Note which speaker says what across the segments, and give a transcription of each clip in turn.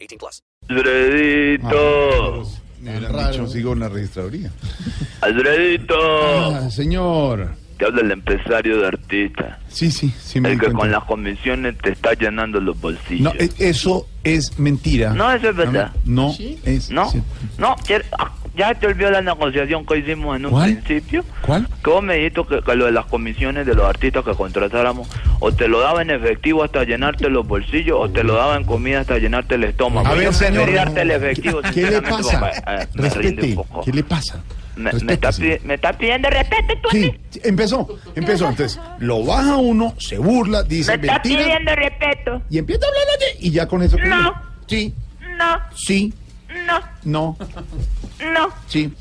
Speaker 1: 18 plus.
Speaker 2: Alfredito,
Speaker 3: Me hubieran
Speaker 4: Raro.
Speaker 3: dicho sigo en la registraduría. Ah.
Speaker 2: Alfredito,
Speaker 4: Ah, señor.
Speaker 2: te habla el empresario de artista,
Speaker 3: Sí, sí, sí me
Speaker 2: el
Speaker 3: di
Speaker 2: que
Speaker 3: cuenta.
Speaker 2: con las comisiones te está llenando los
Speaker 3: No,
Speaker 2: bolsillos.
Speaker 3: e- eso es mentira.
Speaker 2: No, eso es verdad.
Speaker 3: No, es
Speaker 2: No,
Speaker 3: cier-
Speaker 2: no, ya- ah, ya te olvidó la negociación que hicimos en un
Speaker 3: ¿Cuál?
Speaker 2: principio.
Speaker 3: ¿Cuál?
Speaker 2: Que vos me dijiste que, que lo de las comisiones de los artistas que contratáramos, o te lo daba en efectivo hasta llenarte los bolsillos, o te lo daba en comida hasta llenarte el estómago.
Speaker 3: A ver,
Speaker 2: Yo preferí
Speaker 3: señor,
Speaker 2: darte el efectivo,
Speaker 3: ¿Qué le
Speaker 2: sinceramente,
Speaker 3: pasa?
Speaker 2: compadre. Eh, me rinde
Speaker 3: Respete.
Speaker 2: un poco.
Speaker 3: ¿Qué le pasa?
Speaker 2: Me, me
Speaker 3: Respete,
Speaker 2: está,
Speaker 3: señor.
Speaker 2: pi- me está pidiendo respeto tú a ti.
Speaker 3: Sí, sí, empezó, empezó. Entonces, lo baja uno, se burla,
Speaker 2: Me
Speaker 3: dice
Speaker 2: está
Speaker 3: mentira
Speaker 2: pidiendo respeto.
Speaker 3: y empieza a hablar allí y ya con eso.
Speaker 2: No.
Speaker 3: Sí,
Speaker 2: No,
Speaker 3: sí,
Speaker 2: no,
Speaker 3: no,
Speaker 2: no.
Speaker 3: sí.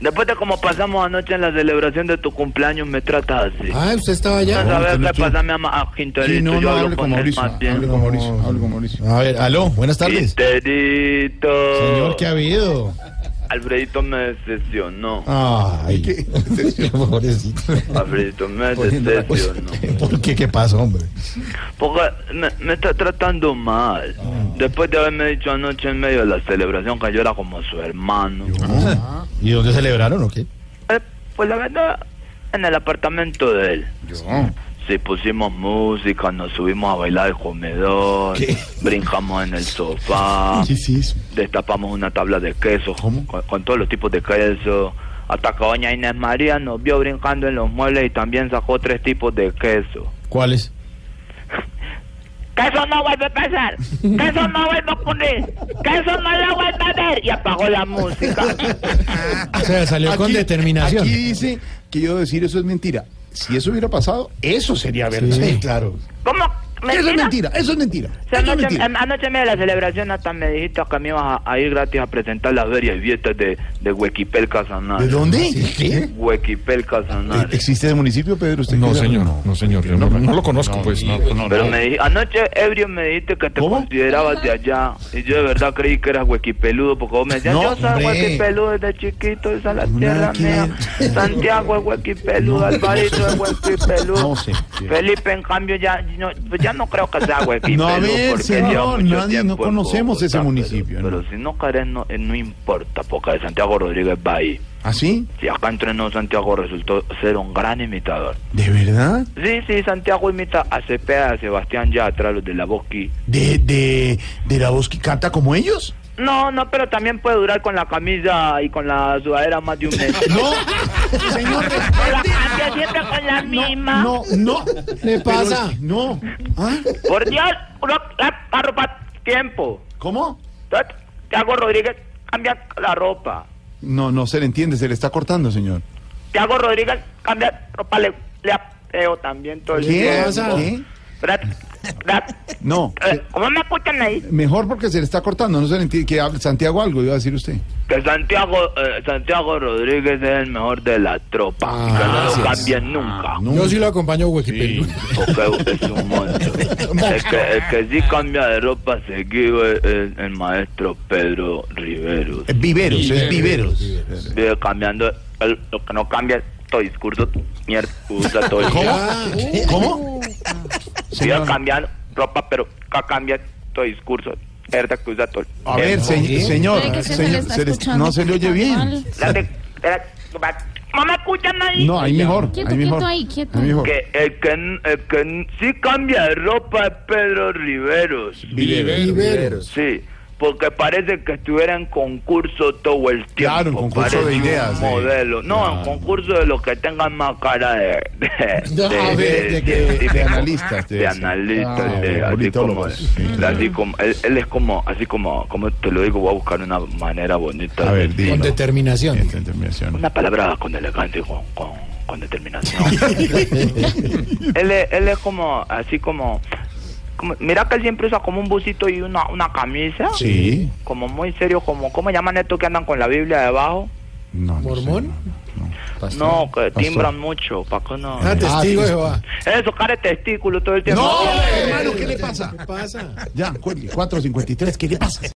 Speaker 2: Después de como pasamos anoche en la celebración de tu cumpleaños, me tratas así.
Speaker 4: Ah, usted estaba
Speaker 2: No
Speaker 4: allá.
Speaker 2: sabes
Speaker 3: no
Speaker 2: qué
Speaker 3: estoy-
Speaker 2: pasa, mi ama, a Quinterito.
Speaker 3: Sí, no,
Speaker 2: yo
Speaker 3: no,
Speaker 2: hablo
Speaker 3: hable con
Speaker 2: con él
Speaker 3: Mauricio.
Speaker 2: más
Speaker 3: Hable
Speaker 2: bien.
Speaker 3: con Mauricio, hable con Mauricio.
Speaker 4: A ver, aló, buenas tardes.
Speaker 2: Quinterito.
Speaker 4: Señor, ¿qué ha habido?
Speaker 2: Alfredito me decepcionó.
Speaker 3: Ah,
Speaker 4: Ay, qué pobrecito.
Speaker 2: Alfredito me
Speaker 3: Poniendo la cosa.
Speaker 2: decepcionó.
Speaker 4: ¿Por qué? ¿Qué pasó, hombre?
Speaker 2: Porque me, me está tratando mal.
Speaker 3: Ah.
Speaker 2: Después de haberme dicho anoche en medio de la celebración que yo era como su hermano.
Speaker 4: Ah. ¿Y dónde celebraron o qué?
Speaker 2: Eh, pues la verdad, en el apartamento de él. Sí, pusimos música, nos subimos a bailar al comedor,
Speaker 4: ¿Qué?
Speaker 2: brincamos en el sofá,
Speaker 4: ¿Qué se hizo?
Speaker 2: destapamos una tabla de queso
Speaker 4: ¿Cómo?
Speaker 2: Con, con todos los tipos de queso. Hasta que doña Inés María nos vio brincando en los muebles y también sacó tres tipos de queso.
Speaker 4: ¿Cuáles?
Speaker 2: Que eso no vuelve a pasar, que eso no vuelve a ocurrir, que eso no lo vuelve a ver. Y apagó la música.
Speaker 4: O sea, salió con
Speaker 3: Aquí-
Speaker 4: determinación.
Speaker 3: Aquí dice que yo decir eso es mentira. Si eso hubiera pasado, eso sería verdad.
Speaker 4: Sí, claro.
Speaker 2: ¿Cómo?
Speaker 3: Eso es
Speaker 2: ¿Mentira?
Speaker 3: mentira, eso es mentira.
Speaker 2: O sea,
Speaker 3: Eso es
Speaker 2: anoche,
Speaker 3: mentira.
Speaker 2: em, anoche en medio de la celebración hasta me dijiste que me ibas a, a ir gratis a presentar las verias y fiestas de, de Huequipel Casanare.
Speaker 3: ¿De dónde? ¿Qué?
Speaker 2: Huequipel
Speaker 3: Eh,
Speaker 2: Casanare.
Speaker 3: ¿Existe ese municipio, Pedro? ¿Usted
Speaker 5: No,
Speaker 3: qué sabe?
Speaker 5: señor, no, señor, yo no, no lo conozco, pues. No, no,
Speaker 2: Pero
Speaker 5: no.
Speaker 2: me dij- anoche ebrio me dijiste que te
Speaker 3: ¿Cómo?
Speaker 2: considerabas de allá y yo de verdad creí que eras huequipeludo porque vos me decías,
Speaker 4: No,
Speaker 2: yo soy
Speaker 4: hombre.
Speaker 2: huequipeludo desde chiquito, esa es la tierra
Speaker 3: que
Speaker 2: mía.
Speaker 3: ver.
Speaker 2: Santiago es huequipeludo, Alvarito es huequipeludo.
Speaker 3: No, sí, sí.
Speaker 2: Felipe en cambio ya no, pues ya no creo que sea huequipeludo.
Speaker 3: No, a ver,
Speaker 2: porque
Speaker 3: señor,
Speaker 2: lleva mucho
Speaker 3: nadie- no
Speaker 2: tiempo en
Speaker 3: conocemos ese
Speaker 2: pero-
Speaker 3: municipio,
Speaker 2: Pero,
Speaker 3: ¿no?
Speaker 2: si no querés no, eh, no importa porque Santiago Rodríguez va ahí.
Speaker 3: ¿Ah, sí?
Speaker 2: Si acá entrenó Santiago resultó ser un gran imitador.
Speaker 3: ¿De verdad?
Speaker 2: Sí, sí, Santiago imita a Cepeda, a Sebastián Yatra, los de la Bosqui.
Speaker 3: ¿De, de, de la voz que canta como ellos?
Speaker 2: No, no, pero también puede durar con la camisa y con la sudadera más de un mes.
Speaker 3: No, señor,
Speaker 2: la
Speaker 3: respete.
Speaker 2: cambia siempre con la misma.
Speaker 3: No, no.
Speaker 4: ¿Le
Speaker 3: Pero
Speaker 4: pasa?
Speaker 3: es que- no. ¿Ah?
Speaker 2: Por Dios, uno la ropa tiempo.
Speaker 3: ¿Cómo?
Speaker 2: Entonces, Tiago Rodríguez cambia la ropa.
Speaker 3: No, no se le entiende, se le está cortando, señor.
Speaker 2: Tiago Rodríguez cambia ropa le, le apeo también todo el
Speaker 3: ¿Qué?
Speaker 2: tiempo.
Speaker 3: ¿Qué?
Speaker 2: Pero- pero-
Speaker 3: No,
Speaker 2: eh, ¿Cómo me escuchan ahí?
Speaker 3: mejor porque se le está cortando, no se le entiende. Que hable Santiago algo, iba a decir usted.
Speaker 2: Que Santiago, eh, Santiago Rodríguez es el mejor de la tropa.
Speaker 4: Ah,
Speaker 2: que no lo
Speaker 4: gracias.
Speaker 2: cambien nunca.
Speaker 4: Yo sí lo acompaño a Wikipedia.
Speaker 2: Porque es un monstruo. El que, el que sí cambia de ropa seguido es, es el maestro Pedro Riveros.
Speaker 3: Es Viveros, es Viveros.
Speaker 2: Vive cambiando, el- lo que no cambia es todo discurso, mierda, usa todo el día.
Speaker 4: Ah,
Speaker 3: ¿Cómo?
Speaker 2: Vive
Speaker 3: Señor,
Speaker 2: cambiando ropa, pero ca- cambia todo discurso, mierda que usa todo el
Speaker 3: a ver,
Speaker 2: tiempo.
Speaker 3: se- señor,
Speaker 6: Oye, que se le
Speaker 3: señor,
Speaker 6: está
Speaker 3: se le-
Speaker 6: escuchando
Speaker 3: no se le oye
Speaker 6: mal.
Speaker 3: bien.
Speaker 2: La de- la- ¿No me escuchan ahí?
Speaker 3: No, ahí mejor,
Speaker 6: Quieto,
Speaker 3: ahí
Speaker 6: quieto
Speaker 3: mejor.
Speaker 6: ahí, quieto.
Speaker 3: Ahí mejor.
Speaker 2: Que el que, n- el que n- sí cambia de ropa es Pedro Riveros.
Speaker 4: Viveros.
Speaker 2: Sí, porque parece que estuviera en concurso todo el tiempo.
Speaker 3: Claro, en concurso de
Speaker 2: parece un
Speaker 3: ideas, sí.
Speaker 2: Modelo. No, en concurso de los que tengan más cara de.
Speaker 4: No, a ver,
Speaker 3: de que- de
Speaker 2: científico,
Speaker 3: analistas, de
Speaker 2: De
Speaker 3: eso.
Speaker 2: analistas, de-
Speaker 3: Ah, de
Speaker 2: así como.
Speaker 3: politólogos, sí,
Speaker 2: de
Speaker 3: claro.
Speaker 2: así como él, él es como, así como, como te lo digo, voy a buscar una manera bonita.
Speaker 3: A
Speaker 2: de
Speaker 3: ver,
Speaker 2: decirlo.
Speaker 4: Con determinación.
Speaker 3: Esta intervención.
Speaker 2: Una palabra con elegancia y con, con, con determinación. él, es, él es como, así como, como- mira que él siempre usa como un busito y una, una camisa.
Speaker 3: Sí.
Speaker 2: Como muy serio, como, ¿cómo llaman estos que andan con la Biblia debajo?
Speaker 3: No, no sé,
Speaker 4: ¿Mormón?
Speaker 3: no, no.
Speaker 2: No, que
Speaker 3: Pastor.
Speaker 2: timbran mucho, ¿para qué no?
Speaker 4: Ah, testigo de Jehová.
Speaker 2: Eso, cara de testículo todo el tiempo.
Speaker 3: ¡No! Hermano, ¿qué le pasa?
Speaker 4: ¿Qué pasa?
Speaker 3: Ya, cuelgue, 4.53, ¿qué le pasa?